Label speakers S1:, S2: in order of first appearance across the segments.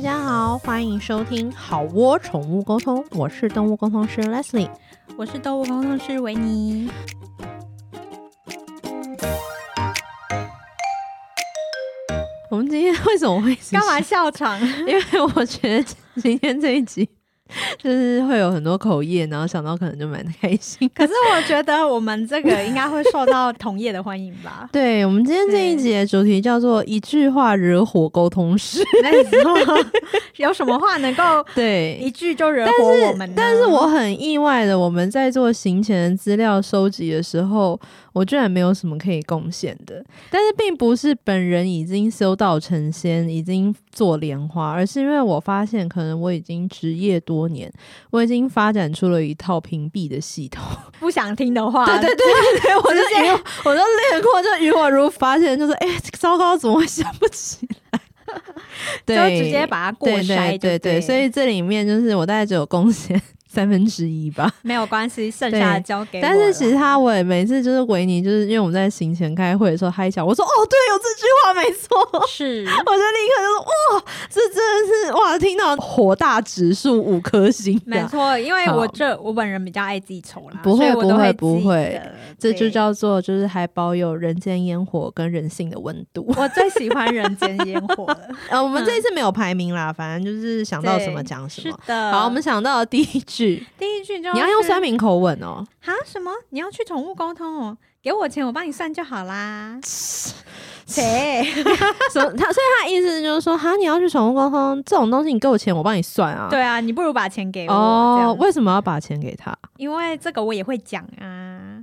S1: 家好，欢迎收听好窝宠物沟通，我是动物沟通师 Leslie。
S2: 我是动物沟通师维尼。
S1: 我们今天为什么会是
S2: 干嘛？笑场？
S1: 因为我觉得今天这一集就是会有很多口业，然后想到可能就蛮开心。？
S2: 可是我觉得我们这个应该会受到同业的欢迎 吧
S1: 对我们今天这一集的主题叫做一句话惹火沟通师。
S2: 没错，有什么话能够
S1: 对，
S2: 一句就惹火我们呢？
S1: 但是我很意外的，我们在做行前资料收集的时候，我居然没有什么可以贡献的。但是并不是本人已经修道成仙，已经做莲花，而是因为我发现，可能我已经职业多年，我已经发展出了一套屏蔽的系 统。
S2: 不想听的话，
S1: 对对对对，我就
S2: 直接
S1: 与我我就略过，就与我如发现，就是哎、糟糕，怎么会想不起来？对，
S2: 就直接把它过
S1: 对
S2: 筛
S1: 对对
S2: 就
S1: 对，
S2: 对
S1: 所以这里面就是我大概只有贡献 三分之一吧。
S2: 没有关系，剩下的
S1: 对
S2: 交给我了。
S1: 但是其实他我也每次就是维尼，就是因为我们在行前开会的时候，他一讲，我说哦，对，有这句话没错。
S2: 是
S1: 我就立刻就说哇，这真的是哇，听到火大指数五颗星这
S2: 没
S1: 样，
S2: 错，因为
S1: 好
S2: 我这我本人比较爱记仇啦，
S1: 不会
S2: 所以我都
S1: 不会
S2: 记
S1: 不会
S2: 得
S1: 这就
S2: 对
S1: 叫做就是还保有人间烟火跟人性的温度。
S2: 我最喜欢人间烟火了。
S1: 呃，我们
S2: 嗯
S1: 这一次没有排名啦，反正就是想到什么
S2: 对
S1: 讲什
S2: 是
S1: 么。
S2: 的，
S1: 好，我们想到的第一句，
S2: 第一句就
S1: 你要用
S2: 是
S1: 酸民口吻哦。
S2: 啊？什么？你要去宠物沟通哦？给我钱，我帮你算就好啦。 切，
S1: 所以他所以他的意思就是说，哈，你要去宠物沟通这种东西，你给我钱，我帮你算啊。
S2: 对啊，你不如把钱给我。
S1: 哦，
S2: 这样
S1: 为什么要把钱给他？
S2: 因为这个我也会讲啊。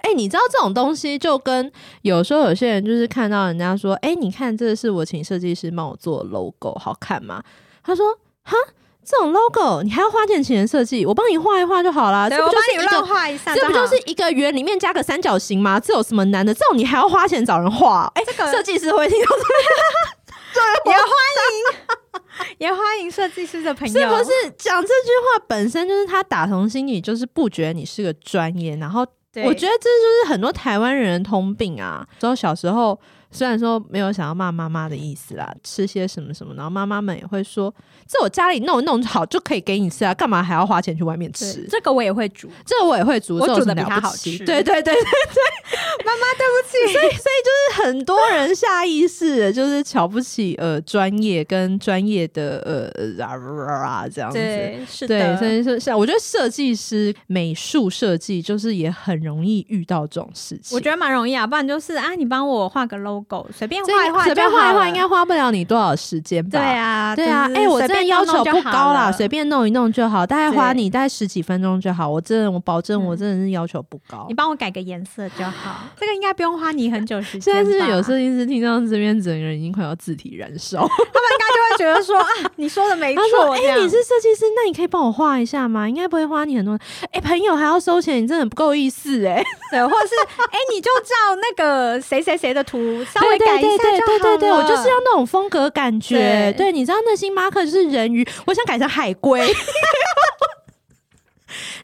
S1: 哎、你知道这种东西就跟有时候有些人就是看到人家说，哎、你看这是我请设计师帮我做的 logo，好看吗？他说，哈，这种 logo 你还要花钱请人设计，我帮你画一画就好啦。
S2: 对，
S1: 啊这
S2: 我
S1: 不就
S2: 帮
S1: 是
S2: 你
S1: 一个
S2: 乱画一下，
S1: 这不
S2: 正
S1: 就
S2: 好
S1: 是一个圆里面加个三角形吗？这有什么难的？这种你还要花钱找人画、哎、
S2: 这个
S1: 设计师会听到
S2: 也欢迎设计师的朋友，
S1: 是不是？讲这句话本身就是他打从心里就是不觉得你是个专业，然后
S2: 对？
S1: 我觉得这就是很多台湾人的通病啊。之后小时候虽然说没有想要骂妈妈的意思啦，吃些什么什么，然后妈妈们也会说，这我家里弄一弄好就可以给你吃啊，干嘛还要花钱去外面
S2: 对
S1: 吃？
S2: 这个我也会煮。
S1: 这我也会煮，
S2: 我
S1: 这有
S2: 煮
S1: 什么
S2: 得比
S1: 了不
S2: 他好
S1: 起
S2: 吃
S1: 对对对，
S2: 妈妈，对不起，
S1: 很多人下意识的就是瞧不起呃专业跟专业的呃呃啊啊啊这样子。
S2: 对，是
S1: 对，
S2: 的，
S1: 所以说像我觉得设计师、美术设计就是也很容易遇到这种事情。
S2: 我觉得蛮容易啊。不然就是啊，你帮我画个 logo，随便
S1: 这
S2: 画一画，
S1: 随便画一画，应。该花不了你多少时间吧？
S2: 对。啊，
S1: 对啊，
S2: 就
S1: 哎、
S2: 是
S1: 我真
S2: 随
S1: 的
S2: 便
S1: 要
S2: 弄
S1: 求
S2: 弄就
S1: 不高啦，
S2: 好
S1: 随便弄一弄就好，大概花
S2: 对
S1: 你大概十几分钟就好。我真的，我保证，
S2: 嗯
S1: 我真的是要求不高
S2: 你。帮我改个颜色就 好，这个应该不用花你很久时
S1: 现
S2: 间吧。
S1: 在是不是有设计师听到这边，整个人已经快要自体燃烧。
S2: 他就会觉得说啊，你说的没
S1: 他说
S2: 错，：“
S1: 哎、
S2: 这样
S1: 你是设计师，那你可以帮我画一下吗？应该不会花你很多。哎、朋友还要收钱，你真的很不够意思哎、
S2: 对，或者是哎，你就照那个谁谁谁的图稍微
S1: 对
S2: 改一下
S1: 对对对
S2: 就好
S1: 对
S2: 了。
S1: 对，我就是要那种风格感觉。
S2: 对
S1: 对，你知道那星巴克就是人鱼，我想改成海龟。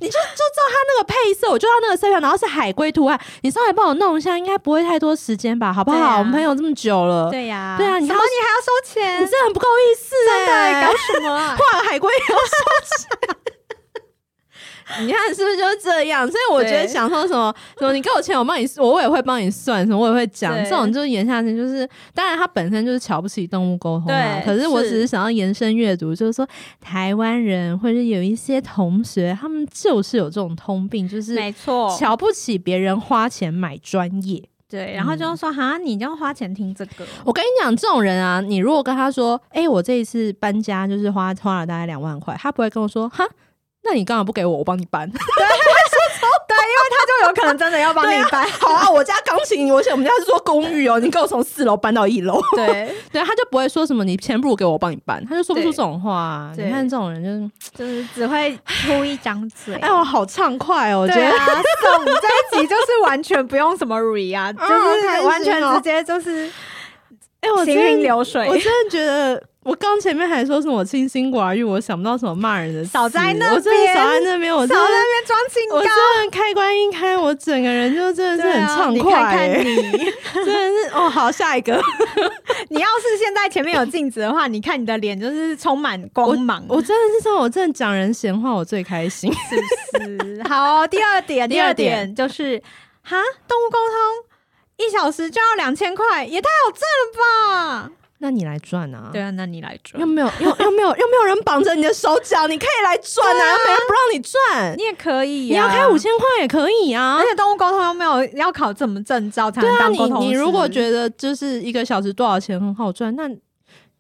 S1: 你就就照他那个配色，我就要那个色调，然后是海龟图案。你稍微帮我弄一下，应该不会太多时间吧，好不好？
S2: 对啊
S1: 我们朋友这么久了，
S2: 对呀，
S1: 对啊你
S2: 什么
S1: 还要
S2: 你还要
S1: 你
S2: 收钱？
S1: 真的很不够意思
S2: 真
S1: 哎、
S2: 的搞什么 啊？
S1: 画个海龟也要收钱。你看是不是就是这样？所以我觉得
S2: 对
S1: 想说什么什么，你给我钱，我帮你，我也会帮你算，什么我也会讲。
S2: 对
S1: 这种就是言下之意，就是当然他本身就是瞧不起动物沟通啊。
S2: 对
S1: 可是我
S2: 是
S1: 只是想要延伸阅读，就是说台湾人或者有一些同学，他们就是有这种通病，就是
S2: 没错，
S1: 瞧不起别人花钱买专业。
S2: 对，然后就说哈，你这样花钱听这 个，
S1: 我跟你讲，这种人啊，你如果跟他说，哎、我这一次搬家就是花花了大概两万块，他不会跟我说，哈，那你干嘛不给我，我帮你搬？
S2: 就有可能真的要 帮你搬。
S1: 好啊，我家钢琴，我想我们家是做公寓哦，你给我从四楼搬到一楼，
S2: 对，
S1: 对，他就不会说什么你钱不如给我，我帮你搬，他就说不出
S2: 对
S1: 这种话啊、
S2: 对
S1: 你看这种人就是，
S2: 就是只会出一张 嘴。
S1: 哎，我好畅快哦，我觉
S2: 对
S1: 得。
S2: 啊，送我们这一集就是完全不用什么 re 啊，就
S1: 好开
S2: 是
S1: 心
S2: 完全
S1: 哦
S2: 直接就是
S1: 哎、我
S2: 行
S1: 真
S2: 云
S1: 的，
S2: 流
S1: 我
S2: 水。
S1: 真的觉得我刚前面还说什么我清心寡欲，我想不到什么骂人的词，
S2: 少在那
S1: 我真的
S2: 边
S1: 少在那边，我
S2: 少
S1: 真
S2: 在
S1: 的。
S2: 那边装清 高
S1: 我，真的开关一开，我整个人就真的是
S2: 对
S1: 很
S2: 啊
S1: 畅
S2: 你
S1: 快、
S2: 看
S1: 欸
S2: 看你，
S1: 真的是哦。好，下一个，
S2: 你要是现在前面有镜子的话，你看你的脸就是充满光芒，
S1: 我真的是说，我真的讲人闲话，我最开心。
S2: 是不是？ 好，第二点，
S1: 第
S2: 第二
S1: 二点
S2: 点就是，哈，动物沟通一小时就要两千块，也太好赚了吧？
S1: 那你来赚啊？
S2: 对。啊，那你来
S1: 又
S2: 赚，
S1: 没有，又又没有，又没有人绑着你的手脚，你可以来赚啊！又没人不让你赚，
S2: 你也哎可以、啊
S1: 你要开五，千块也可以啊
S2: 而。且动物沟通又没有要考什么证照才
S1: 对
S2: 能
S1: 啊，
S2: 当沟
S1: 你
S2: 通
S1: 你如果
S2: 得
S1: 觉得就是一个小时多少钱很好赚，那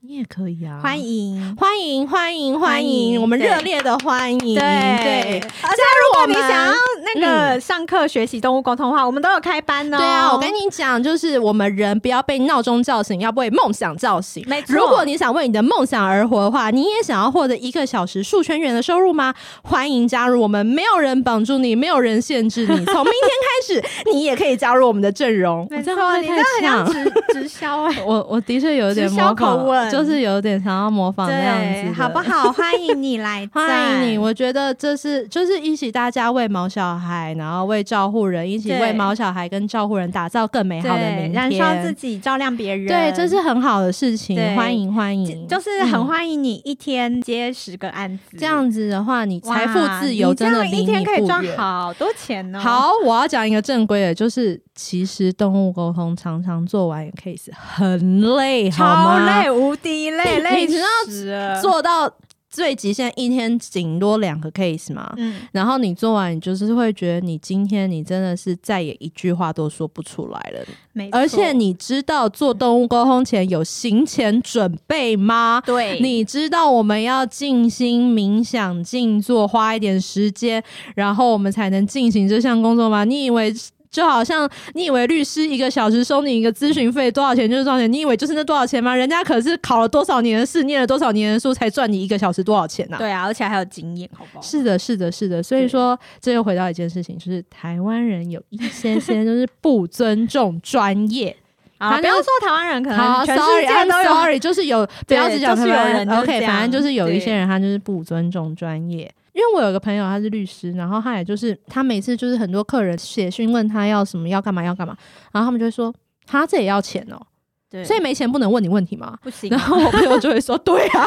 S1: 你也可以啊。
S2: 欢迎。
S1: 欢迎欢迎欢迎，
S2: 迎
S1: 我们
S2: 对
S1: 热烈的欢迎。
S2: 对，而
S1: 对
S2: 且如果你
S1: 我们
S2: 想要那个上课学习动物沟通的话，我们都有开班哦呢。
S1: 嗯对啊，我跟你讲，就是我们人不要被闹钟叫醒，要被梦想叫醒。
S2: 没错，
S1: 如果你想为你的梦想而活的话，你也想要获得一个小时数千元的收入吗？欢迎加入我们，没有人绑住你，没有人限制你。从明天开 始，你也可以加入我们的阵容。
S2: 没
S1: 我
S2: 错
S1: 哦这，样会
S2: 你
S1: 不
S2: 真
S1: 会
S2: 的
S1: 太
S2: 很像
S1: 像。
S2: 直 直销哎、
S1: 我我的确有点
S2: 直销
S1: 模
S2: 口
S1: 仿，
S2: 吻
S1: 就是有点想要模仿那哦样子
S2: 对，
S1: 的，
S2: 好不好？欢迎你来 赞，
S1: 欢迎你！我觉得这是就是一起大家为毛小孩，然后为照护人，一起
S2: 对
S1: 为毛小孩跟照护人打造更美好的
S2: 对
S1: 明天，
S2: 燃烧自己，照亮别人，
S1: 对，这是很好的事情，
S2: 对
S1: 欢迎欢迎，
S2: 就是很
S1: 嗯
S2: 欢迎你一天接十个案子，
S1: 这样子的话，你
S2: 哇
S1: 财富自由
S2: 你这
S1: 真的
S2: 样
S1: 离
S2: 一天
S1: 你
S2: 可以
S1: 不
S2: 赚
S1: 远。
S2: 好多钱 哦呢、，
S1: 好，我要讲一个正规的，就是其实动物沟通常常做完 case 很累，好
S2: 超
S1: 吗？
S2: 累，无敌累，
S1: 你
S2: 累
S1: 知道
S2: 死了。
S1: 做到最极限，一天顶多两个 case 嘛。
S2: 嗯，
S1: 然后你做完，你就是会觉得你今天你真的是再也一句话都说不出来了。
S2: 没错，
S1: 而且你知道做动物沟通前有行前准备吗？
S2: 对
S1: 你知道我们要静心冥想、静坐，花一点时间，然后我们才能进行这项工作吗？你以为？就好像你以为律师一个小时收你一个咨询费多少钱就是多少钱，你以为就是那多少钱吗？人家可是考了多少年的试，念了多少年的书，才赚你一个小时多少钱呐、
S2: 对啊，而且还有经验，好不好？
S1: 是的，是的，是的。所以
S2: 对
S1: 说，这又回到一件事情，就是台湾人有一些些就是不尊重专 业。
S2: 啊，
S1: 反
S2: 不
S1: 正
S2: 要说台湾人，可
S1: 好
S2: 能嗯全世
S1: ，sorry，
S2: 界都
S1: I'm
S2: 有。
S1: sorry，就是有不要只讲
S2: 就
S1: 台
S2: 是有
S1: 湾
S2: 人就是
S1: OK，
S2: 这
S1: 反正
S2: 样
S1: 就是有一
S2: 对
S1: 些人他就是不尊重专业。因为我有个朋友他是律师，然后他也就是他每次就是很多客人写讯问他要什么要干嘛要干嘛，然后他们就会说他这也要钱哦、
S2: 对
S1: 所以没钱不能问你问题吗？
S2: 不行
S1: 然后我朋友就会说：“对啊，对啊， 不然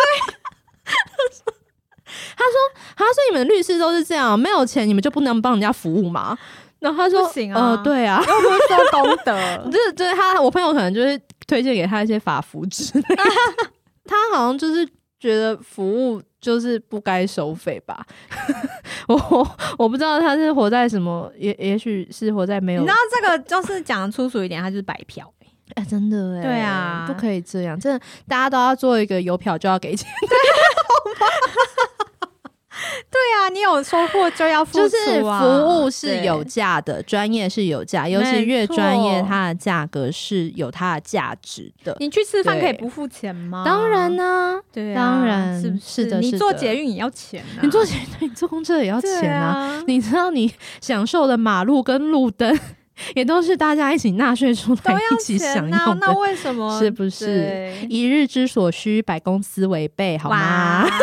S1: 嘞。”他说：“他说你们律师都是这样，没有钱你们就不能帮人家服务吗？”然后他说：“
S2: 不行啊
S1: 呃，对啊，，
S2: 又不是说功德
S1: 就是就是他，我朋友可能就是推荐给他一些法服之类的，他好像就是觉得服务就是不该收费吧。 我我我不知道他是活在什么，也也许是活在没
S2: 你
S1: 有
S2: 知道这个就是讲粗俗一点，它就是白嫖。
S1: 哎、真的哎、
S2: 对啊
S1: 不可以这样，真的，大家都要做一个有票就要给钱，
S2: 对啊，你有收获就要付
S1: 就是
S2: 出啊，
S1: 服务是有
S2: 对
S1: 价的，专业是有价，尤
S2: 没
S1: 其越专业，
S2: 错
S1: 它的价格是有它的价值的。
S2: 你去吃饭可
S1: 对
S2: 以不付钱吗？
S1: 当然，呢、
S2: 对啊，
S1: 当然
S2: 是不
S1: 是的
S2: 你
S1: 是
S2: 坐
S1: 的
S2: 捷运也要钱啊，
S1: 你坐钱，对你坐公车也要
S2: 对
S1: 钱啊。
S2: 啊
S1: 你知道你享受的马路跟路灯，也都是大家一起纳税出
S2: 都
S1: 来一
S2: 要
S1: 起享
S2: 钱
S1: 用
S2: 啊，那
S1: 的，
S2: 为什么？
S1: 是不是？
S2: 对？
S1: 一日之所需，百公司为备，好吗
S2: 哇？，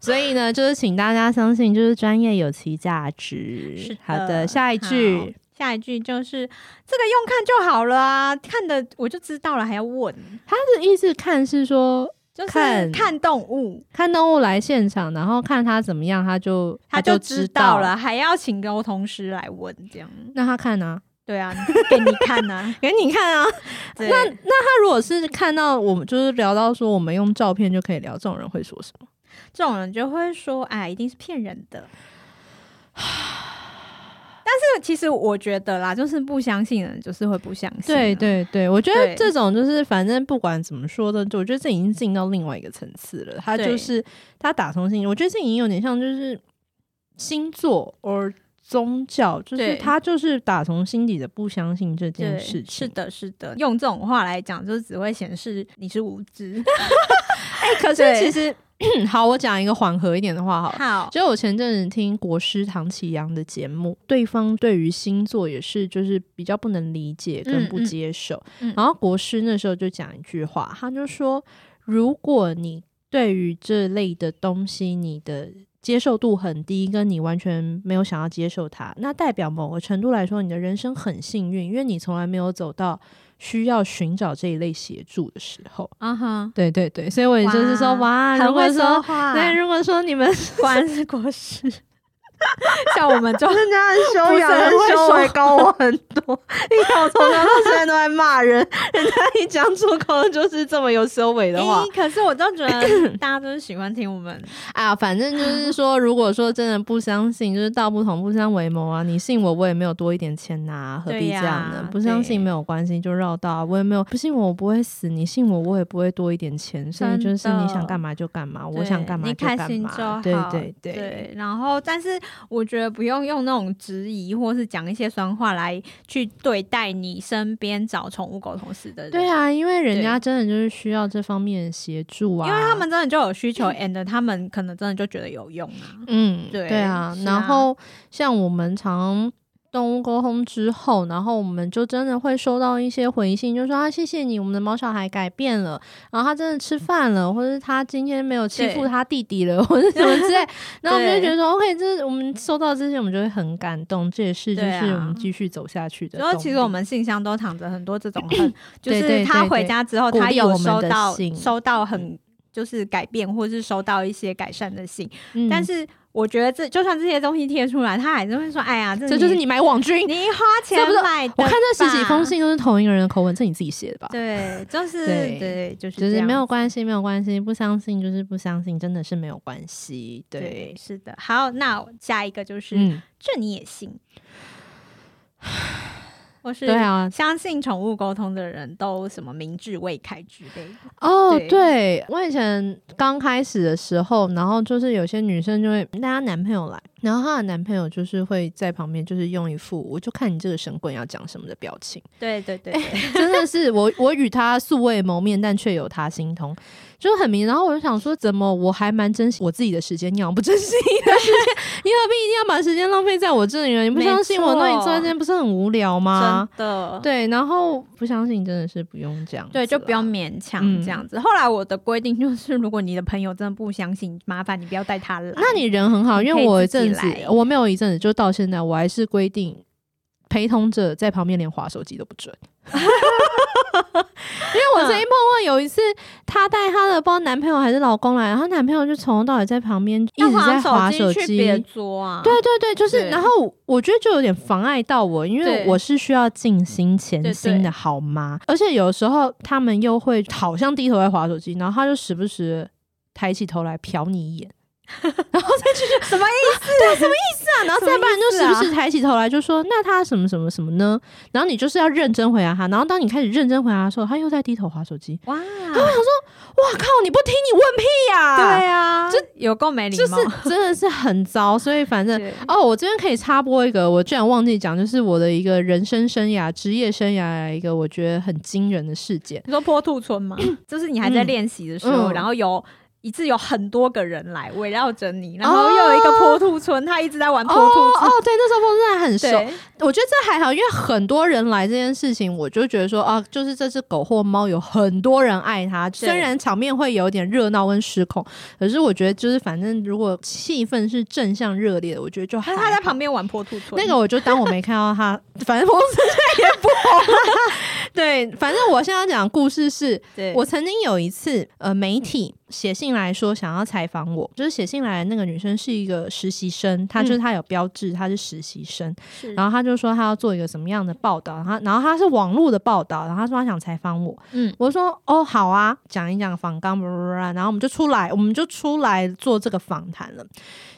S1: 所以呢，就是请大家相信，就是专业有其价值。
S2: 是
S1: 好的，
S2: 的
S1: 下一句，
S2: 下一句就是这个用看就好了啊，看的我就知道了，还要问，
S1: 他的意思看是说。
S2: 就是
S1: 看
S2: 看动物，
S1: 看动物来现场，然后看他怎么样，他就
S2: 他
S1: 就
S2: 就
S1: 知
S2: 知
S1: 道
S2: 道了，。还要请沟通师来问，这样
S1: 那他看啊，，
S2: 对啊， 给你看啊
S1: 给你看啊。
S2: 对
S1: 那他如果是看到我们，就是聊到说我们用照片就可以聊，这种人会说什么？
S2: 这种人就会说：“哎，一定是骗人的。” 但是其实我觉得啦，就是不相信的人就是会不相信啊、
S1: 对对对，我觉得
S2: 对
S1: 这种就是反正不管怎么说的，我觉得这已经进到另外一个层次了。他就
S2: 对
S1: 是他打从心里，我觉得这已经有点像就是星座 or 宗教，就是
S2: 对
S1: 他就是打从心底的不相信这件
S2: 对，
S1: 事情。
S2: 是，的，是的，用这种话来讲，就是只会显示你是无知。
S1: 哎、可是
S2: 对
S1: 其实 好，我讲一个缓和一点的话好了。
S2: 好，
S1: 就我前阵子听国师唐启阳的节目，对方对于星座也是就是比较不能理解跟
S2: 嗯
S1: 不
S2: 嗯
S1: 接受。
S2: 嗯
S1: 然后国师那时候就讲一句话，他就说：如果你对于这类的东西你的接受度很低，跟你完全没有想要接受它，那代表某个程度来说，你的人生很幸运，因为你从来没有走到需要寻找这一类协助的时候。
S2: 啊哈，
S1: 对对对，所以我也就是说，哇，如
S2: 很
S1: 果
S2: 会
S1: 说
S2: 说，话，
S1: 对， 如果说你们
S2: 果然是国师，像我们就
S3: 人家的修养
S2: 不是
S3: 跟
S2: 很会
S3: 修
S2: 说
S3: 为高我很 多。你看我从小到现在都在骂人，
S1: 一讲出口就是这么有收尾的话
S2: 诶可是我就觉得大家都是喜欢听我们，
S1: 啊，反正就是说，如果说真的不相信，就是道不同不相为谋啊。你信我，我也没有多一点钱拿、何必
S2: 对
S1: 这
S2: 呀
S1: 样呢？不相信
S2: 对
S1: 没有关系，就绕道、啊。我也没有不信我，我不会死；你信我，我也不会多一点钱。所以
S2: 真
S1: 就是你想
S2: 的
S1: 干嘛就干嘛，我想
S2: 对
S1: 干嘛
S2: 你
S1: 就
S2: 开
S1: 干
S2: 心就
S1: 嘛。
S2: 好，
S1: 对对
S2: 对。然后，但是我觉得不用用那种质疑或是讲一些酸话来去对待你身边找宠物狗同事的人，
S1: 对啊，因为人
S2: 对
S1: 家真的就是需要这方面的协助啊，
S2: 因为他们真的就有需求，and 他们可能真的就觉得有用啊。
S1: 嗯，
S2: 对
S1: 啊。
S2: 是
S1: 然
S2: 啊
S1: 后像我们常动物沟通之后，然后我们就真的会收到一些回信，就说啊，谢谢你，我们的毛小孩改变了，然后他真的吃饭了，或者他今天没有欺负
S2: 对
S1: 他弟弟了，或者什么之 类。然后我们就
S2: 对
S1: 觉得说，OK，这是我们收到这些，我们就会很感动，这也是就
S2: 对
S1: 是我们
S2: 啊
S1: 继续走下去的
S2: 然
S1: 动力。
S2: 后其实我们信箱都躺着很多这种 很，就
S1: 对对
S2: 是他
S1: 对
S2: 回
S1: 对
S2: 家之后，
S1: 鼓
S2: 他
S1: 励
S2: 有
S1: 我们
S2: 收
S1: 的
S2: 到
S1: 信嗯
S2: 收到很就是改变，或是收到一些改善的信，
S1: 嗯，
S2: 但是我觉得这就算这些东西贴出来，他还是会说：“哎呀，这
S1: 这就是你买网军，
S2: 你花钱
S1: 这不是
S2: 买的。”
S1: 我看这十几封，信都是同一个人的口吻，这你自己写的吧？
S2: 对， 就是
S1: 对
S2: 对就是
S1: 就是
S2: 这样
S1: 没有关系，没有关系，不相信就是不相信，真的是没有关系。对，
S2: 对，是的。好，那下一个就是、
S1: 嗯，
S2: 这你也 信，我是
S1: 对。啊，
S2: 相信宠物沟通的人都什么明智未开之类 的，
S1: 哦，
S2: 对
S1: 对我以前刚开始的时候，然后就是有些女生就会带她男朋友来，然后她的男朋友就是会在旁边，就是用一副我就看你这个神棍要讲什么的表情，
S2: 对对对对，
S1: 真的是我 我与他素未谋面，但却有他心通，就很明。然后我就想说，怎么我还蛮珍惜我自己的时间，你好像不珍惜你的时间， 你何必一定要把时间浪费在我这里呢？你不
S2: 没
S1: 相信我，那你坐在这
S2: 错
S1: 边不是很无聊吗？
S2: 真的，
S1: 对，然后不相信真的是不用这样子啦，
S2: 对，就不要勉强
S1: 嗯
S2: 这样子。后来我的规定就是，如果你的朋友真的不相信，麻烦你不要带他来。
S1: 那你人很好，
S2: 你
S1: 因
S2: 可
S1: 为
S2: 以
S1: 我一
S2: 自己
S1: 阵子
S2: 来
S1: 我没有一阵子，就到现在我还是规定陪同者在旁边连划手机都不准。 因
S2: 嗯
S1: 为我曾经碰过有一次，她带她的不知道男朋友还是老公来，然后她男朋友就从头到尾在旁边一
S2: 要
S1: 直在划
S2: 滑
S1: 手
S2: 去别
S1: 机。
S2: 桌啊。
S1: 对对对，就是，
S2: 对
S1: 然后我觉得就有点妨碍到我，因为
S2: 对
S1: 我是需要静心潜
S2: 对
S1: 心
S2: 对
S1: 的，好吗？而且有时候他们又会好像低头在划手机，然后他就时不时抬起头来瞟你一眼。
S2: 什么意啊
S1: 然后再不然就时不时抬起头来就说：“那他什么什么什么呢？”然后你就是要认真回答他。然后当你开始认真回答的时候，他又在低头划手机。
S2: 哇？
S1: 哇靠！你不听你问屁呀、
S2: 对啊，这有够没礼
S1: 就
S2: 貌。
S1: 是真的是很糟。所以反正
S2: 对
S1: 哦，我这边可以插播一个，我居然忘记讲，就是我的一个人生生涯、职业生涯一个我觉得很惊人的事件。
S2: 你说坡兔村吗？ 就是你还在
S1: 嗯
S2: 练习的时候，
S1: 嗯
S2: 然后有。一次有很多个人来围绕着你，然后又有一个坡兔村，他一直在玩坡兔
S1: 哦
S2: 村
S1: 哦，，对，那时候风真的很熟，
S2: 对
S1: 我觉得这还好，因为很多人来这件事情，我就觉得说啊，就是这只狗或猫有很多人爱它，虽然场面会有点热闹跟失控，可是我觉得就是反正如果气氛是正向热烈的，我觉得就还
S2: 他
S1: 好
S2: 他在旁。边玩坡兔村，
S1: 那个我就当我没看到他， 反正我现在也不红了。对，反正我现在要讲的故事是，
S2: 对
S1: 我曾经有一次，呃，媒体写信来说想要采访我，就是写信来的那个女生是一个实习生，她就是她有标志，她是实习生，
S2: 嗯是
S1: 然后她就说她要做一个什么样的报道，然后然后她是网络的报道，然后她说她想采访我，
S2: 嗯
S1: 我说哦好啊，讲一讲访纲，然后我们就出来，我们就出来做这个访谈了。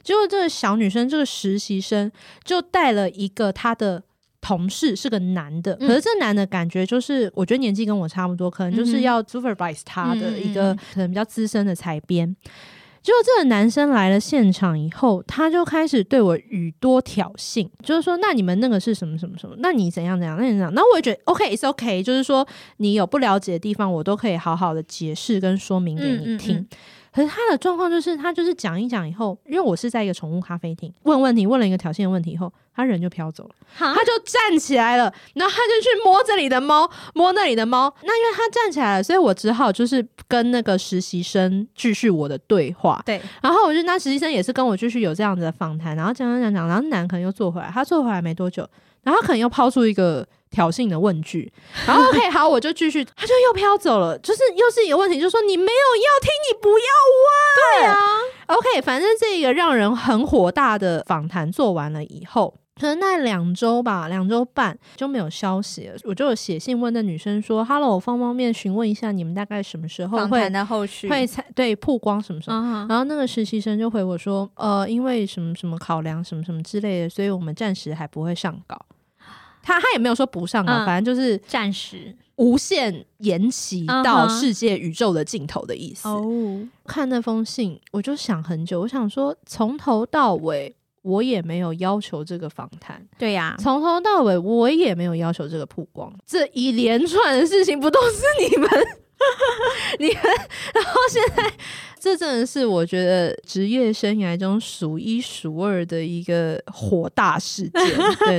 S1: 结果这个小女生，这个实习生就带了一个她的同事，是个男的。可
S2: 嗯
S1: 是这男的感觉就是，我觉得年纪跟我差不多，可能就
S2: 嗯
S1: 是
S2: 哼
S1: 要 supervise 他的一
S2: 嗯
S1: 个
S2: 嗯嗯
S1: 可能比较资深的采编。结果这个男生来了现场以后，他就开始对我语多挑衅，就是说：“那你们那个是什么什么什么？那你怎样怎样？那你怎样？”那我也觉得 OK，it's OK，, 就是说你有不了解的地方，我都可以好好的解释跟说明给
S2: 嗯
S1: 你听。
S2: 嗯嗯
S1: 可是他的状况就是，他就是讲一讲以后，因为我是在一个宠物咖啡厅问问题，问了一个挑衅的问题以后，他人就飘走了，
S2: 哈
S1: 他就站起来了，然后他就去摸这里的猫，摸那里的猫。那因为他站起来了，所以我只好就是跟那个实习生继续我的对话。
S2: 对，
S1: 然后我就那实习生也是跟我继续有这样子的访谈，然后讲讲讲讲，然后男可能又坐回来，他坐回来没多久，然后他可能又抛出一个挑衅的问 句，然后 OK 好，我就继续，他就又飘走了，就是又是一个问题，就说你没有要听，你不要问，对啊，OK，反正这个让人很火大的访谈做完了以后。可能那两周吧，两周半就没有消息了。我就有写信问那女生说：“Hello，我方不方便询问一下你们大概什么时候
S2: 访
S1: 会
S2: 谈的后续
S1: 会才对曝光什么什么？”
S2: 嗯哼
S1: 然后那个实习生就回我说，呃，因为什么什么考量什么什么之类的，所以我们暂时还不会上稿。他他也没有说不上稿，
S2: 嗯
S1: 反正就是
S2: 暂时
S1: 无限延期
S2: 嗯
S1: 到
S2: 哼
S1: 世界宇宙的尽头的意思。
S2: 哦，
S1: 看那封信，我就想很久，我想说从头到尾我也没有要求这个访谈，
S2: 对呀、
S1: 从头到尾我也没有要求这个曝光，这一连串的事情不都是你们？ 你们，然后现在，这真的是我觉得职业生涯中数一数二的一个火大事件，对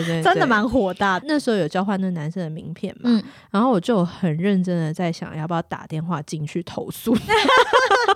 S1: 对对
S2: 真的蛮火大的。
S1: 那时候有交换那男生的名片嘛，
S2: 嗯，
S1: 然后我就很认真的在想，要不要打电话进去投诉。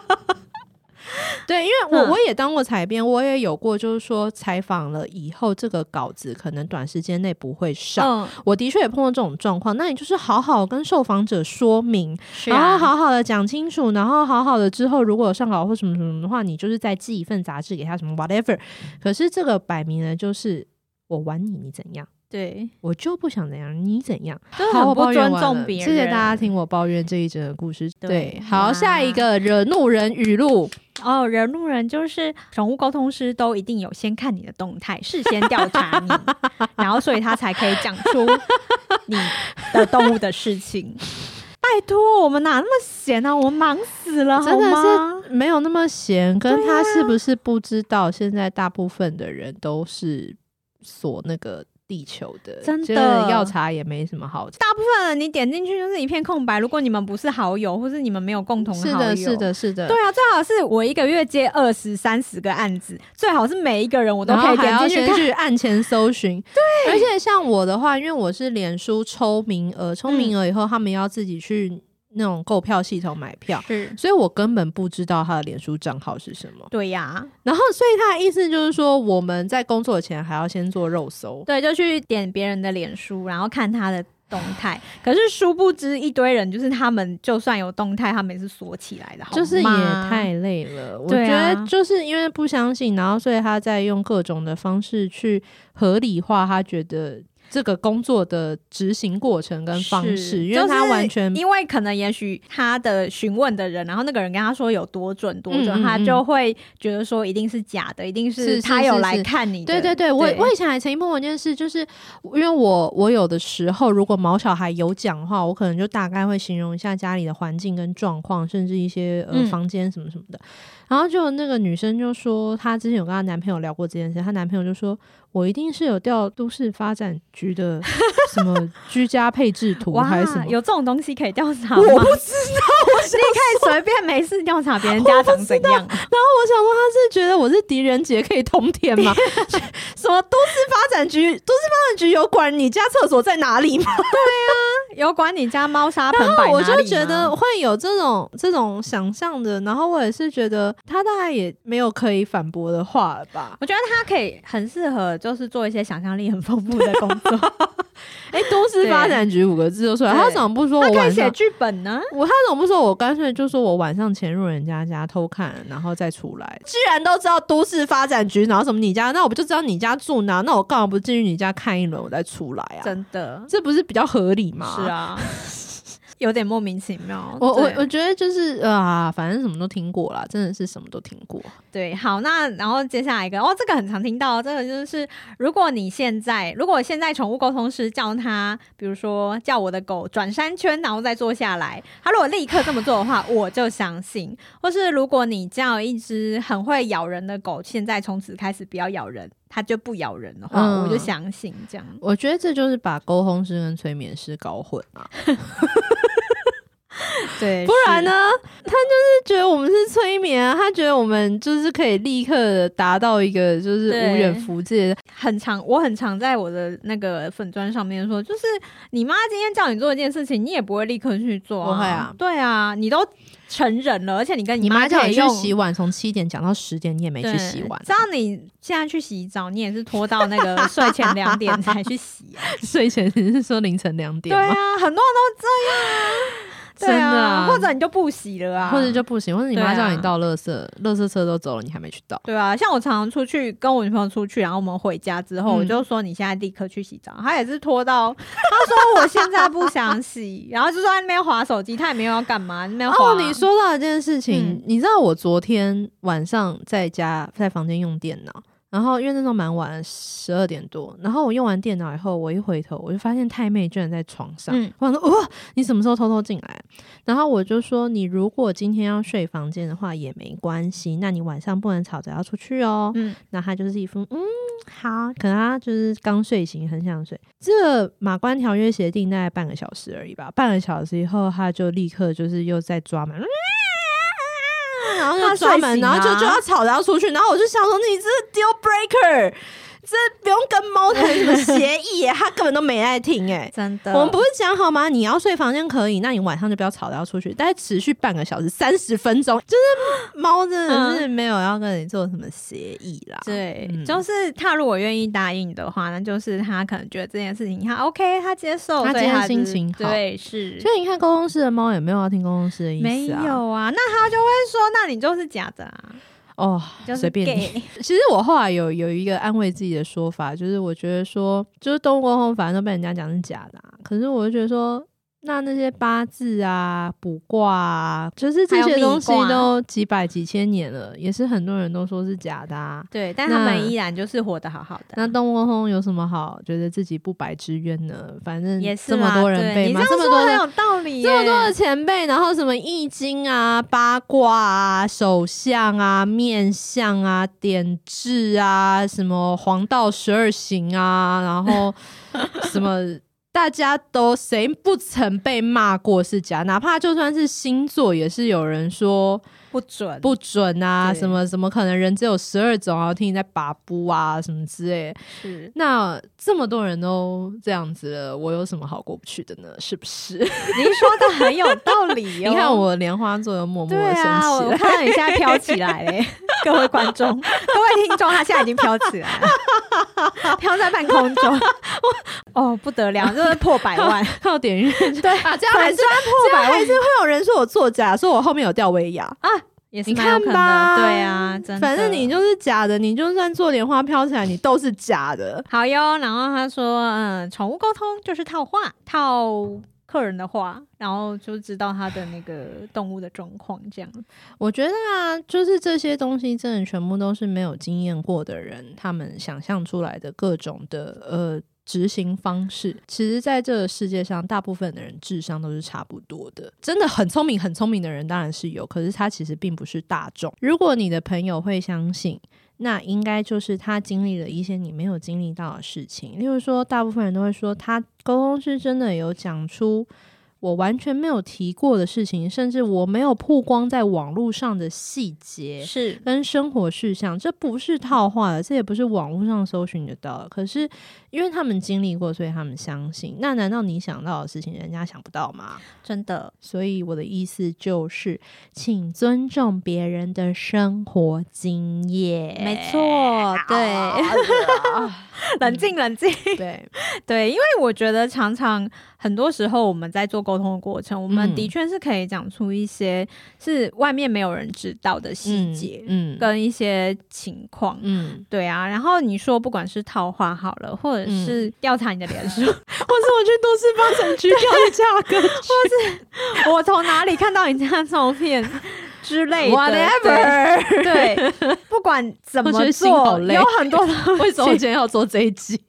S1: 对，因为我
S2: 嗯
S1: 我也当过采编，我也有过，就是说采访了以后，这个稿子可能短时间内不会上。
S2: 嗯，
S1: 我的确也碰到这种状况，那你就是好好跟受访者说明，
S2: 是
S1: 然后
S2: 啊，
S1: 好好的讲清楚，然后好好的之后如果有上稿或什么什么的话，你就是再寄一份杂志给他什么 whatever。可是这个摆明了就是我玩你，你怎样？
S2: 对，
S1: 我就不想怎样，你怎样？
S2: 就是
S1: 好，
S2: 很
S1: 我
S2: 不
S1: 抱怨
S2: 尊
S1: 完
S2: 重
S1: 了
S2: 别人。
S1: 谢谢大家听我抱怨这一整个故事。
S2: 对
S1: 对，好，
S2: 啊
S1: 下一个惹怒人语录，
S2: 哦，人路人就是宠物沟通师都一定有先看你的动态，事先调查 你，然后所以他才可以讲出你的动物的事情。拜托，我们哪那么闲啊？我们忙死了，
S1: 真的
S2: 好吗
S1: 是没有那么闲，跟他是不是不知道？现在大部分的人都是锁那个地球的，
S2: 真的
S1: 觉得要查也没什么好查。
S2: 大部分你点进去就是一片空白。如果你们不是好友，或是你们没有共同好
S1: 是
S2: 友，
S1: 的，是。的，是的。
S2: 对啊，最好是我一个月接二十三十个案子，最好是每一个人我都
S1: 然
S2: 可
S1: 后
S2: 以
S1: 还
S2: 点
S1: 要
S2: 进去
S1: 先
S2: 看。
S1: 去案前搜 寻，对。而且像我的话，因为我是脸书抽名额，抽
S2: 嗯
S1: 名额以后，他们要自己去那种购票系统买票，
S2: 是，
S1: 所以我根本不知道他的脸书账号是什么。
S2: 对呀、
S1: 然后，所以他的意思就是说，我们在工作前还要先做肉搜。
S2: 对，就去点别人的脸书，然后看他的动态。可是殊不知，一堆人就是他们，就算有动态，他们也是锁起来的，好
S1: 就是也
S2: 吗
S1: 太累了，我觉
S2: 对啊
S1: 得就是因为不相信，然后所以他在用各种的方式去合理化他觉得这个工作的执行过程跟方
S2: 是
S1: 式，因
S2: 就
S1: 为他
S2: 是
S1: 完全
S2: 因为可能也许他的询问的人，然后那个人跟他说有多准多准，
S1: 嗯嗯
S2: 他
S1: 嗯
S2: 就会觉得说一定是假的，一定
S1: 是
S2: 是
S1: 是
S2: 他有
S1: 是
S2: 来
S1: 是
S2: 看你的。
S1: 对对对，我
S2: 对
S1: 我以前还曾经碰过一件事，就是因为我我有的时候如果毛小孩有讲的话，我可能就大概会形容一下家里的环境跟状况，甚至一些呃
S2: 嗯
S1: 房间什么什么的。然后就那个女生就说，她之前有跟她男朋友聊过这件事，她男朋友就说我一定是有调都市发展局的什 么居家配置图还是什么。
S2: 有这种东西可以调查吗？
S1: 我不
S2: 你可以随便没事调查别人家长怎样，
S1: 然后我想说，她是觉得我是狄仁杰可以通天 吗？什么都市发展局，都市发展局有管你家厕所在哪里吗？
S2: 有管你家猫砂盆
S1: 然
S2: 摆
S1: 后我
S2: 哪
S1: 就
S2: 里
S1: 觉得
S2: 吗。
S1: 会有这种这种想象的，然后我也是觉得他大概也没有可以反驳的话了吧
S2: 我觉得他可以很适合，就是做一些想象力很丰富的工作。
S1: 哎、都市发展局五个字就出来，
S2: 对
S1: 他怎么不说
S2: 他
S1: 我
S2: 可以
S1: 晚
S2: 写
S1: 上？
S2: 剧本啊呢、
S1: 我他怎么不说我干脆就说我晚上潜入人家家偷看，然后再出来？居然都知道都市发展局，然后什么你家，那我不就知道你家住哪？那我干嘛不进去你家看一轮，我再出来啊？
S2: 真的
S1: 这不是比较合理吗？
S2: 是。啊， 有点莫名其 妙。
S1: 我我
S2: 对
S1: 我觉得就是啊、反正什么都听过啦，真的是什么都听过。
S2: 对，好，那然后接下来一个哦，这个很常听到，这个就是如果你现在如果现在宠物沟通师叫他，比如说叫我的狗转三圈，然后再坐下来，他如果立刻这么做的话，我就相信； 或是如果你叫一只很会咬人的狗，现在从此开始不要咬人，它就不咬人的话，
S1: 嗯
S2: 我就相信这样。
S1: 我觉得这就是把沟通师跟催眠师搞混啊。
S2: 对，
S1: 不然呢？他就是觉得我们是催眠啊，他觉得我们就是可以立刻达到一个就是
S2: 对
S1: 无远弗届。
S2: 是？很常，我很常在我的那个粉砖上面说，就是你妈今天叫你做一件事情，你也不会立刻去做、啊。
S1: 不会啊
S2: 对啊，你都成人了，而且你跟
S1: 你
S2: 妈
S1: 妈叫
S2: 可
S1: 你
S2: 以
S1: 去
S2: 用
S1: 洗碗，从七点讲到十点，你也没去
S2: 对
S1: 洗碗，啊
S2: 这样你现在去洗澡，你也是拖到那个睡前两点才去洗、 啊。
S1: 睡前你是说凌晨两点
S2: 对
S1: 吗？
S2: 啊，很多人都这样啊，对
S1: 真的
S2: 啊
S1: 啊
S2: 或者你就不洗了啊，
S1: 或者就不行，或者你妈
S2: 对啊
S1: 叫你倒垃圾，垃圾车都走了，你还没去倒。
S2: 对啊，像我常常出去跟我女朋友出去，然后我们回家之后，
S1: 嗯
S2: 我就说你现在立刻去洗澡，她也是拖到，她说我现在不想洗， 然后就说在那边划手机，她也没有要干嘛，那边划。
S1: 哦，你说到一件事情，
S2: 嗯
S1: 你知道我昨天晚上在家在房间用电脑，然后因为那时候蛮晚，十二点多，然后我用完电脑以后，我一回头，我就发现太妹居然在床上，
S2: 嗯
S1: 我想说哇，你什么时候偷偷进来？然后我就说，你如果今天要睡房间的话也没关系，那你晚上不能吵着要出去哦。
S2: 嗯，
S1: 那他就是一副嗯好，可能他就是刚睡醒，很想睡。这马关条约协定大概半个小时而已吧，半个小时以后他就立刻就是又在抓 门，然后就抓门，
S2: 他睡醒
S1: 然
S2: 啊
S1: 后就就要吵着要出去，然后我就想说你这是 deal breaker，这不用跟猫谈什么 协议耶，他根本都没在听哎。
S2: 真的，
S1: 我们不是讲好吗？你要睡房间可以，那你晚上就不要吵着要出去。大概持续半个小时，三十分钟，就是猫真的是没有要跟你做什么协议啦。
S2: 嗯对，
S1: 嗯
S2: 就是他如果愿意答应的话，那就是他可能觉得这件事情他 OK，他接受，
S1: 他
S2: 所以
S1: 今天
S2: 就
S1: 心情好
S2: 对是。
S1: 所以你看，公公室的猫也没有要听公公室的意思、啊，
S2: 没有啊，那他就会说，那你就是假的啊，
S1: 哦
S2: 你就，是
S1: 随便你。
S2: gay
S1: 其实我后来有有一个安慰自己的说法，就是我觉得说，就是动物沟通反正都被人家讲是假的、啊，可是我就觉得说。那那些八字啊、卜卦啊，就是这
S2: 还有
S1: 些
S2: 命
S1: 东西
S2: 卦
S1: 都几百几千年了，也是很多人都说是假的啊。
S2: 对，但他们
S1: 那
S2: 依然就是活得好好的。
S1: 那动物沟通有什么好觉得自己不白之冤呢？反正
S2: 也是
S1: 这么
S2: 啦
S1: 多人
S2: 对
S1: 被
S2: 你
S1: 骂，
S2: 这
S1: 这
S2: 样
S1: 么
S2: 说
S1: 多
S2: 很
S1: 人
S2: 有道理耶，
S1: 这么多的前辈，然后什么易经啊、八卦啊、手相啊、面相啊、点痣啊、什么黄道十二行啊， 然后什么。大家都谁不曾被骂过是假，哪怕就算是星座，也是有人说
S2: 不准，
S1: 不准啊，
S2: 对
S1: 什么什么可能人只有十二种啊，听你在把布啊什么之类的。
S2: 是。
S1: 那这么多人都这样子了，我有什么好过不去的呢？是不是？
S2: 您说的很有道理哟、
S1: 你看我莲花座又默默
S2: 对
S1: 的升
S2: 啊，
S1: 起
S2: 我
S1: 了，
S2: 看到你现在飘起来嘞， 各位观众、 各位听众，他现在已经飘起来 了，飘在半空中。 哦，不得了，这是破百万，
S1: 靠点阅 对啊，这样还
S2: 粉
S1: 是
S2: 砖破
S1: 这样
S2: 百
S1: 还
S2: 万
S1: 是会有人说我作假，说我后面有吊威亚。
S2: 也是
S1: 你
S2: 蛮有
S1: 看
S2: 可能
S1: 吧，
S2: 的。对啊，真的。
S1: 反正你就是假的，你就算做莲花飘起来，你都是假的。
S2: 好哟。然后他说，嗯，宠物沟通就是套话，套客人的话，然后就知道他的那个动物的状况这样。
S1: 我觉得啊，就是这些东西真的全部都是没有经验过的人，他们想象出来的各种的呃执行方式。其实，在这个世界上，大部分的人智商都是差不多的。真的很聪明、很聪明的人当然是有，可是他其实并不是大众。如果你的朋友会相信。那应该就是他经历了一些你没有经历到的事情，例如说，大部分人都会说他沟通是真的有讲出我完全没有提过的事情，甚至我没有曝光在网络上的细节
S2: 是，
S1: 跟生活事项，这不是套话的，这也不是网络上搜寻得到的。可是因为他们经历过，所以他们相信。那难道你想到的事情，人家想不到吗？
S2: 真的。
S1: 所以我的意思就是，请尊重别人的生活经验。
S2: 没错，对， 冷静冷静。
S1: 对，
S2: 对，因为我觉得常常很多时候我们在做沟通的过程，我们
S1: 嗯
S2: 的确是可以讲出一些是外面没有人知道的细节
S1: 嗯，嗯
S2: 跟一些情况。
S1: 嗯，
S2: 对啊，然后你说不管是套话好了，或者是
S1: 嗯
S2: 调查你的脸书，
S1: 或是我去都市发展局 调一下歌曲
S2: 我从哪里看到你家的照 片之类的
S1: ，whatever。
S2: 对对，不管怎
S1: 我觉
S2: 么
S1: 得心好
S2: 做，
S1: 累
S2: 有 很多的
S1: 为什么我今天要做这一集？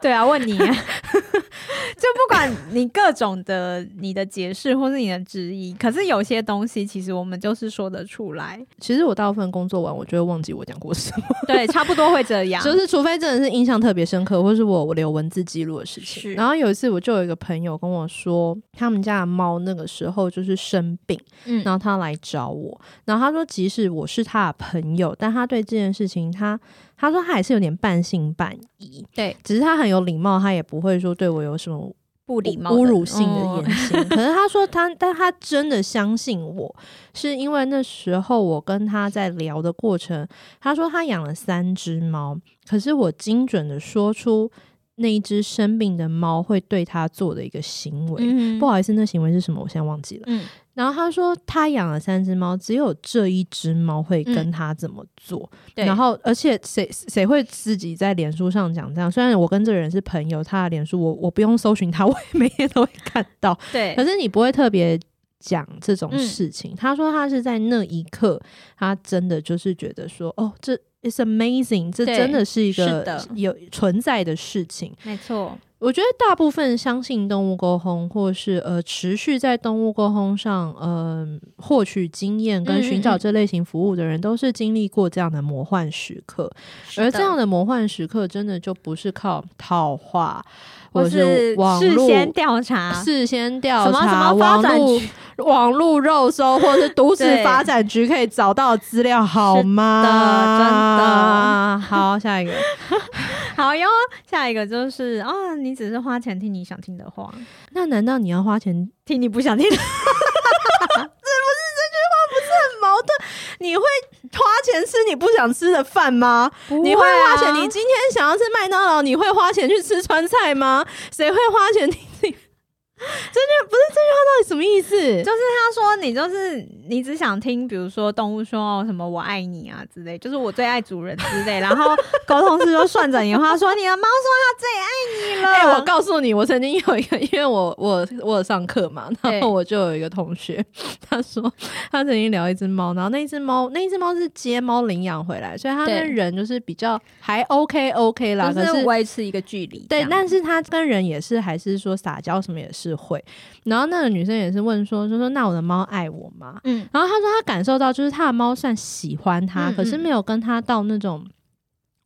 S2: 对啊，问你啊、 就不管你各种的你的解释或是你的质疑，可是有些东西其实我们就是说得出来，
S1: 其实我大部分工作完，我就会忘记我讲过什么，
S2: 对，差不多会这样。
S1: 就是除非真的是印象特别深刻，或是我我留文字记录的事
S2: 是
S1: 情。然后有一次，我就有一个朋友跟我说，他们家的猫那个时候就是生病，
S2: 嗯
S1: 然后他来找我，然后他说，即使我是他的朋友，但他对这件事情他，他说他还是有点半信半疑。
S2: 对，
S1: 只是他很有礼貌，他也不会说对我有什么
S2: 不礼貌的、
S1: 侮辱性的
S2: 嗯
S1: 言行。可是他说他，但他真的相信我，是因为那时候我跟他在聊的过程，他说他养了三只猫，可是我精准的说出那一只生病的猫会对他做的一个行为。
S2: 嗯
S1: 不好意思，那行为是什么？我现在忘记了。
S2: 嗯
S1: 然后他说，他养了三只猫，只有这一只猫会
S2: 嗯
S1: 跟他怎么做。
S2: 对，
S1: 然后，而且谁谁会自己在脸书上讲这样？虽然我跟这个人是朋友，他的脸书我我不用搜寻他， 我也每天都会看到。
S2: 对嗯
S1: 可，是你不会特别讲这种事情。他说他是在那一刻，他真的就是觉得说，哦，这 is amazing，这
S2: 对
S1: 真的是一
S2: 是
S1: 个
S2: 的
S1: 有存在的事情。
S2: 没错，
S1: 我觉得大部分相信动物沟通，或是呃持续在动物沟通上，嗯、获取经验
S2: 嗯嗯
S1: 跟寻找
S2: 嗯
S1: 这类型服务的人，都是经历过这样的魔幻时刻。而这样
S2: 的
S1: 的魔幻时刻，真的就不是靠套话，
S2: 我
S1: 或
S2: 是
S1: 网
S2: 事
S1: 络
S2: 先调查，
S1: 事先调
S2: 什么什
S1: 查、
S2: 么发
S1: 网
S2: 展
S1: 络
S2: 局
S1: 网络肉搜或是都市
S2: 对
S1: 发展局可以找到的资料，好吗？
S2: 真
S1: 的。好，下一个。
S2: 好哟。下一个就是啊、你只是花钱听你想听的话，
S1: 那难道你要花钱？
S2: 听你不想听的。
S1: 矛盾，你会花钱吃你不想吃的饭吗？
S2: 啊
S1: 你会啊花钱？你今天想要吃麦当劳，你会花钱去吃川菜吗？谁会花钱听你？这句不是这句话到底什么意思？
S2: 就是他说你就是你只想听，比如说动物说哦什么我爱你啊之类，就是我最爱主人之类。然后 沟通师就顺着你的话说你的猫说它最爱你了。
S1: 哎、我告诉你，我曾经有一个，因为我我我有上课嘛，
S2: 对
S1: 然后我就有一个同学，他说他曾经聊一只猫，然后那一只猫那一只猫是接猫领养回来，所以它
S2: 对
S1: 跟人就是比较还 OK OK 啦，可
S2: 就是是维持一个距离这
S1: 对，
S2: 样。
S1: 但是他跟人也是，还是说撒娇什么也是会。然后那个女生也是问说，就说那我的猫爱我吗？
S2: 嗯，
S1: 然后他说他感受到，就是他的猫算喜欢他，
S2: 嗯
S1: 可是
S2: 嗯
S1: 没有跟他到那种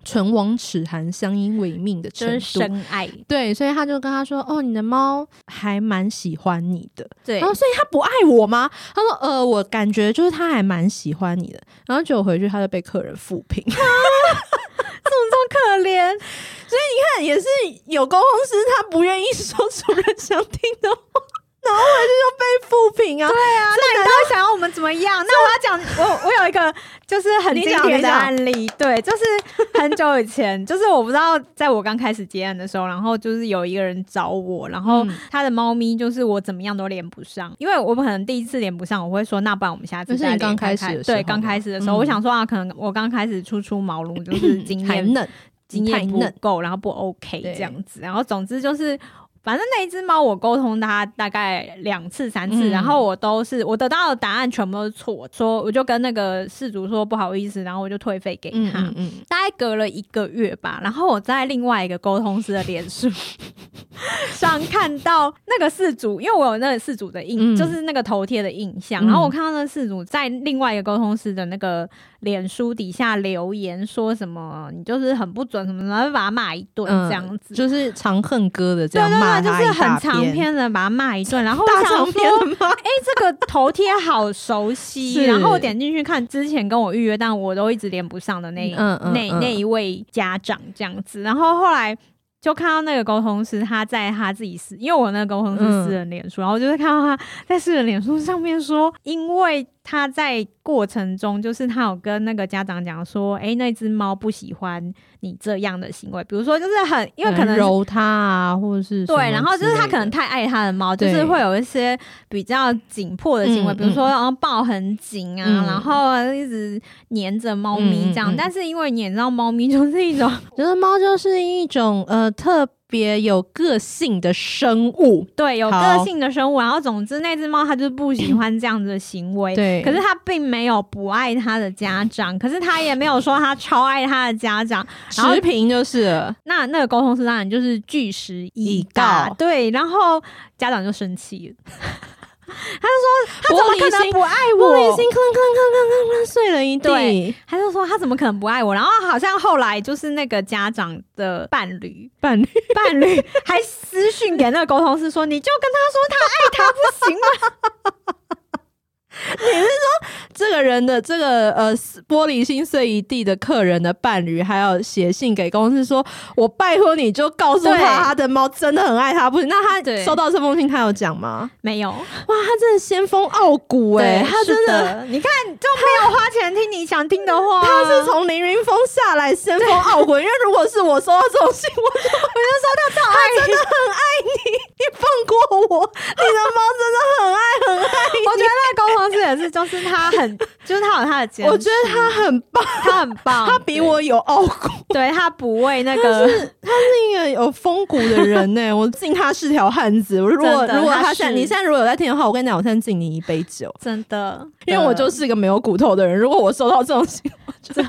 S1: 唇亡齿寒、相依为命的
S2: 就
S1: 程
S2: 是
S1: 度。
S2: 深爱。
S1: 对，所以他就跟他说：“哦，你的猫还蛮喜欢你的。”
S2: 对
S1: 然后，所以他不爱我吗？他说：“呃，我感觉就是他还蛮喜欢你的。”然后结果回去他就被客人复评。
S2: 可怜。
S1: 但也是有沟通师，他不愿意说主人想听的话，然后回去就被复评啊。
S2: 对啊，那你到底想要我们怎么样？那我要讲，我我有一个就是很
S1: 你
S2: 经
S1: 讲
S2: 典
S1: 你
S2: 的
S1: 讲
S2: 案例，对，就是很久以前， 就是我不知道，在我刚开始接案的时候，然后就是有一个人找我，然后
S1: 嗯
S2: 他的猫咪就是我怎么样都连不上，因为我可能第一次连不上，我会说那不然我们下次
S1: 那是
S2: 再
S1: 你
S2: 连
S1: 刚
S2: 看
S1: 开
S2: 看
S1: 始的时候
S2: 对，刚
S1: 吗
S2: 开始的时候，
S1: 嗯
S2: 我想说啊，可能我刚开始初出茅庐，就是 经
S1: 还
S2: 验
S1: 嫩，
S2: 经
S1: 太
S2: 验不
S1: 嫩
S2: 够，然后不 OK
S1: 对
S2: 这样子。然后总之就是，反正那一只猫我沟通它大概两次三次，
S1: 嗯
S2: 然后我都是我得到的答案全部都是错，说我就跟那个事主说不好意思，然后我就退费给
S1: 嗯
S2: 他。
S1: 嗯嗯，
S2: 大概隔了一个月吧，然后我在另外一个沟通师的脸书 上看到那个事主，因为我有那个事主的印，
S1: 嗯
S2: 就是那个头贴的印象，
S1: 嗯
S2: 然后我看到那个事主在另外一个沟通师的那个脸书底下留言说什么，你就是很不准什么什么，然后把他骂一顿
S1: 嗯
S2: 这样子。
S1: 就是常恨歌的这样
S2: 对
S1: 骂
S2: 对
S1: 他
S2: 对，就是
S1: 一大
S2: 很长篇的把他骂一顿，然后我
S1: 大
S2: 想
S1: 长
S2: 说，
S1: 篇的 骂。
S2: 哎、这个头贴好熟悉。
S1: 是
S2: 然后我点进去看之前跟我预约，但我都一直连不上的那一、
S1: 嗯嗯
S2: 那
S1: 嗯
S2: 那一位家长这样子。然后后来就看到那个沟通师他在他自己私，因为我那个沟通师私人脸
S1: 嗯
S2: 书，然后我就是看到他在私人脸书上面说，因为他在过程中就是他有跟那个家长讲说，哎、那只猫不喜欢你这样的行为，比如说就是很因为可能是
S1: 揉它啊，或者是什么
S2: 对，然后就是他
S1: 之类的
S2: 可能太爱他的猫，就是
S1: 对
S2: 会有一些比较紧迫的行为，
S1: 嗯
S2: 比如说然后抱很紧啊，
S1: 嗯
S2: 然后一直黏着猫咪这样。
S1: 嗯嗯嗯
S2: 但是因为你也知道，猫咪就是一种
S1: 觉得猫就是一种呃特别有个性的生物。
S2: 对，有个
S1: 好
S2: 性的生物。然后，总之那只猫它就是不喜欢这样子的行为。
S1: 对
S2: 可是它并没有不爱它的家长，可是它也没有说它超爱它的家长。然后
S1: 持平就是了
S2: 那那个沟通是当然就是据实以
S1: 以告
S2: 对，然后家长就生气了，他
S1: 玻
S2: 怎么
S1: 璃
S2: 可能
S1: 心，
S2: 不爱
S1: 玻璃
S2: 我？
S1: 心，吭吭吭吭吭吭碎了一地
S2: 对。他就说他怎么可能不爱我？然后好像后来就是那个家长的伴侣，
S1: 伴侣，
S2: 伴侣还私讯给那个沟通师说，你就跟他说他爱他不行 吗？
S1: 这个人的这个呃玻璃心碎一地的客人的伴侣，还有写信给公司说，我拜托你就告诉
S2: 对
S1: 他，他的猫真的很爱他，不行。那他
S2: 对
S1: 收到这封信，他有讲吗？
S2: 没有，
S1: 哇，他真的先锋傲骨哎、他
S2: 是
S1: 真的。
S2: 的，你看就没有花钱听你想听的话，
S1: 他是从凌云峰下来，先锋傲骨。因为如果是我收到这种信，我就我就说他超爱，真的很爱你，你放过我，你的猫真的很爱很爱
S2: 我觉得那个沟通师也 是，就是他很，就是他有他的坚
S1: 你。
S2: 持，
S1: 我觉得他很棒，
S2: 他很棒，
S1: 他比我有傲骨。
S2: 对他不为那个，
S1: 是一个有风骨的人呢、我敬他是条汉子。我如果
S2: 真的
S1: 如果他
S2: 他
S1: 现在
S2: 是
S1: 你现在如果有在听的话，我跟你讲，我现在敬你一杯酒，
S2: 真的，
S1: 因为我就是一个没有骨头的人。如果我收到这种信，我就是。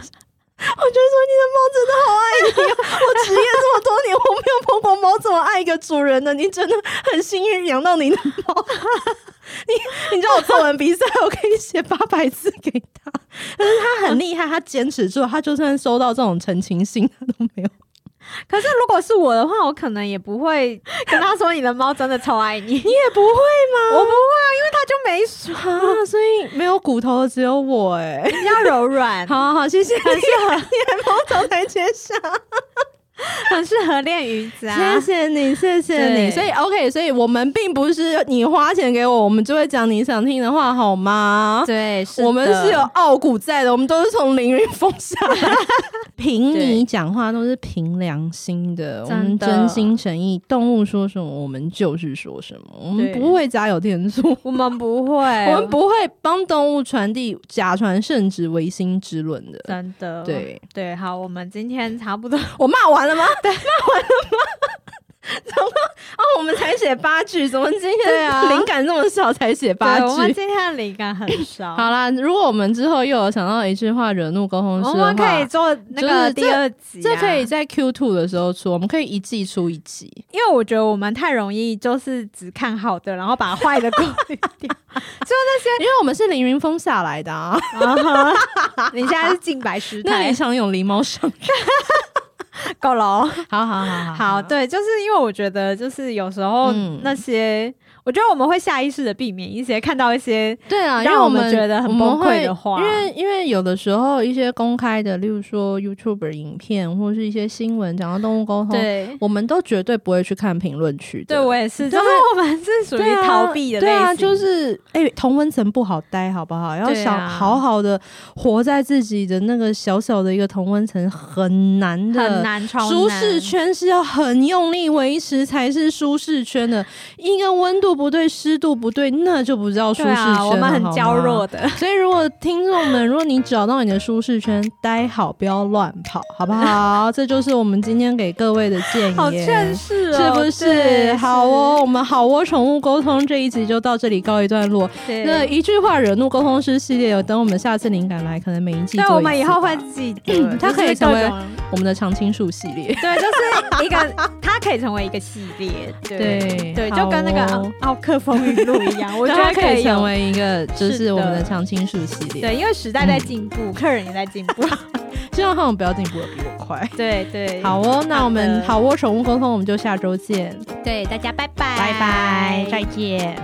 S1: 我就会说你的猫真的好爱你、啊，我职业这么多年，我没有碰过猫这么爱一个主人的，你真的很幸运养到你的猫。 你你知道我作文比赛，我可以写八百字给他，可是他很厉害，他坚持住，他就算收到这种澄清信，他都没有
S2: 可是如果是我的话，我可能也不会跟他说你的猫真的超爱 你，
S1: 你也不会吗？
S2: 我不会啊，因为他就没说，
S1: 啊，所以没有骨头的只有我哎、
S2: 比较柔软，
S1: 好好好，谢谢你，你还帮我找台阶下，
S2: 很适合练瑜伽
S1: 谢。谢你，谢谢你。
S2: 啊对
S1: 所以 OK，所以我们并不是你花钱给我，我们就会讲你想听的话，好吗？
S2: 对，是
S1: 我们
S2: 的
S1: 是有傲骨在的，我们都是从凌云峰下来，凭你讲话都是凭良心的，我们
S2: 真的
S1: 真心诚意。动物说什么，我们就是说什么，我们
S2: 对
S1: 不会加油添醋。
S2: 我们不会，
S1: 我们不会帮动物传递假传圣旨、唯心之论的。
S2: 真的，
S1: 对
S2: 对，好，我们今天差 不多，
S1: 我骂完了吗？对，骂完了吗？怎么哦？我们才写八句，怎么今
S2: 对
S1: 天
S2: 啊
S1: 灵感这么少，才写八
S2: 对，我们
S1: 句？
S2: 今天的灵感很少，
S1: 好啦，如果我们之后又有想到一句话惹怒沟通师
S2: 我
S1: 的
S2: 们可以
S1: 话，
S2: 做那个
S1: 就是
S2: 第二集、啊
S1: 这可以在 Q two 的时候出，我们可以一季出一集。
S2: 因为我觉得我们太容易就是只看好的，然后把坏的过滤掉。
S1: 因为我们是凌云峰下来的啊，
S2: 啊哈你现在是净白师
S1: 那
S2: 太
S1: 你，想有狸猫上？
S2: 够 了哦。
S1: 好好好
S2: 好，，对，就是因为我觉得，就是有时候
S1: 嗯
S2: 那些，我觉得我们会下意识的避免一些看到一些，
S1: 对啊，因为
S2: 让
S1: 我
S2: 我们
S1: 们
S2: 觉得很
S1: 我们
S2: 崩溃的
S1: 会
S2: 话
S1: 因为因为有的时候一些公开的，例如说 YouTube 影片或是一些新闻讲到动物沟通，
S2: 对，
S1: 我们都绝对不会去看评论区的。
S2: 对我也是，
S1: 就
S2: 就是是我们是属于
S1: 啊对啊
S2: 逃避的类
S1: 对
S2: 型，
S1: 啊，就是哎、同温层不好待，好不好？要
S2: 对啊
S1: 想好好的活在自己的那个小小的一个同温层，很难的，
S2: 很难超
S1: 舒
S2: 难
S1: 适圈是要很用力维持才是舒适圈的，一个温度不对、湿度不对，那就不叫舒
S2: 对
S1: 适圈了、
S2: 啊，我们很
S1: 好吗
S2: 娇弱。的，
S1: 所以，如果听众们，如果你找到你的舒适圈，待好，不要乱跑，好不好？这就是我们今天给各位的建议。
S2: 好劝世
S1: 是
S2: 哦，
S1: 不是
S2: 对？
S1: 好哦，我，们好哦，宠物沟通这一集就到这里告一段落。
S2: 是
S1: 那
S2: 对，
S1: 一句话惹怒沟通师系列，有哦等我们下次灵感来，可能每一季做一
S2: 对，
S1: 次吧。
S2: 我们以后会记得，
S1: 它
S2: 就是
S1: 可以成
S2: 各
S1: 为
S2: 种
S1: 我们的常青树系列。
S2: 对，就是一个，它可以成为一个系列，
S1: 对
S2: 对对，
S1: 好
S2: 就跟那个
S1: 哦
S2: 奥奥克风语录一样，我觉
S1: 它
S2: 得
S1: 可以
S2: 以
S1: 成
S2: 有
S1: 为一个，就是是
S2: 的
S1: 我们的常青树系列。
S2: 对，因为时代在进步，客人也在进步，
S1: 希望他们不要进步的比我快。
S2: 对对，
S1: 好，哦，那我们
S2: 好的
S1: 好窝宠物沟通，我们就下周见，
S2: 对大家拜拜，
S1: 拜拜，再见。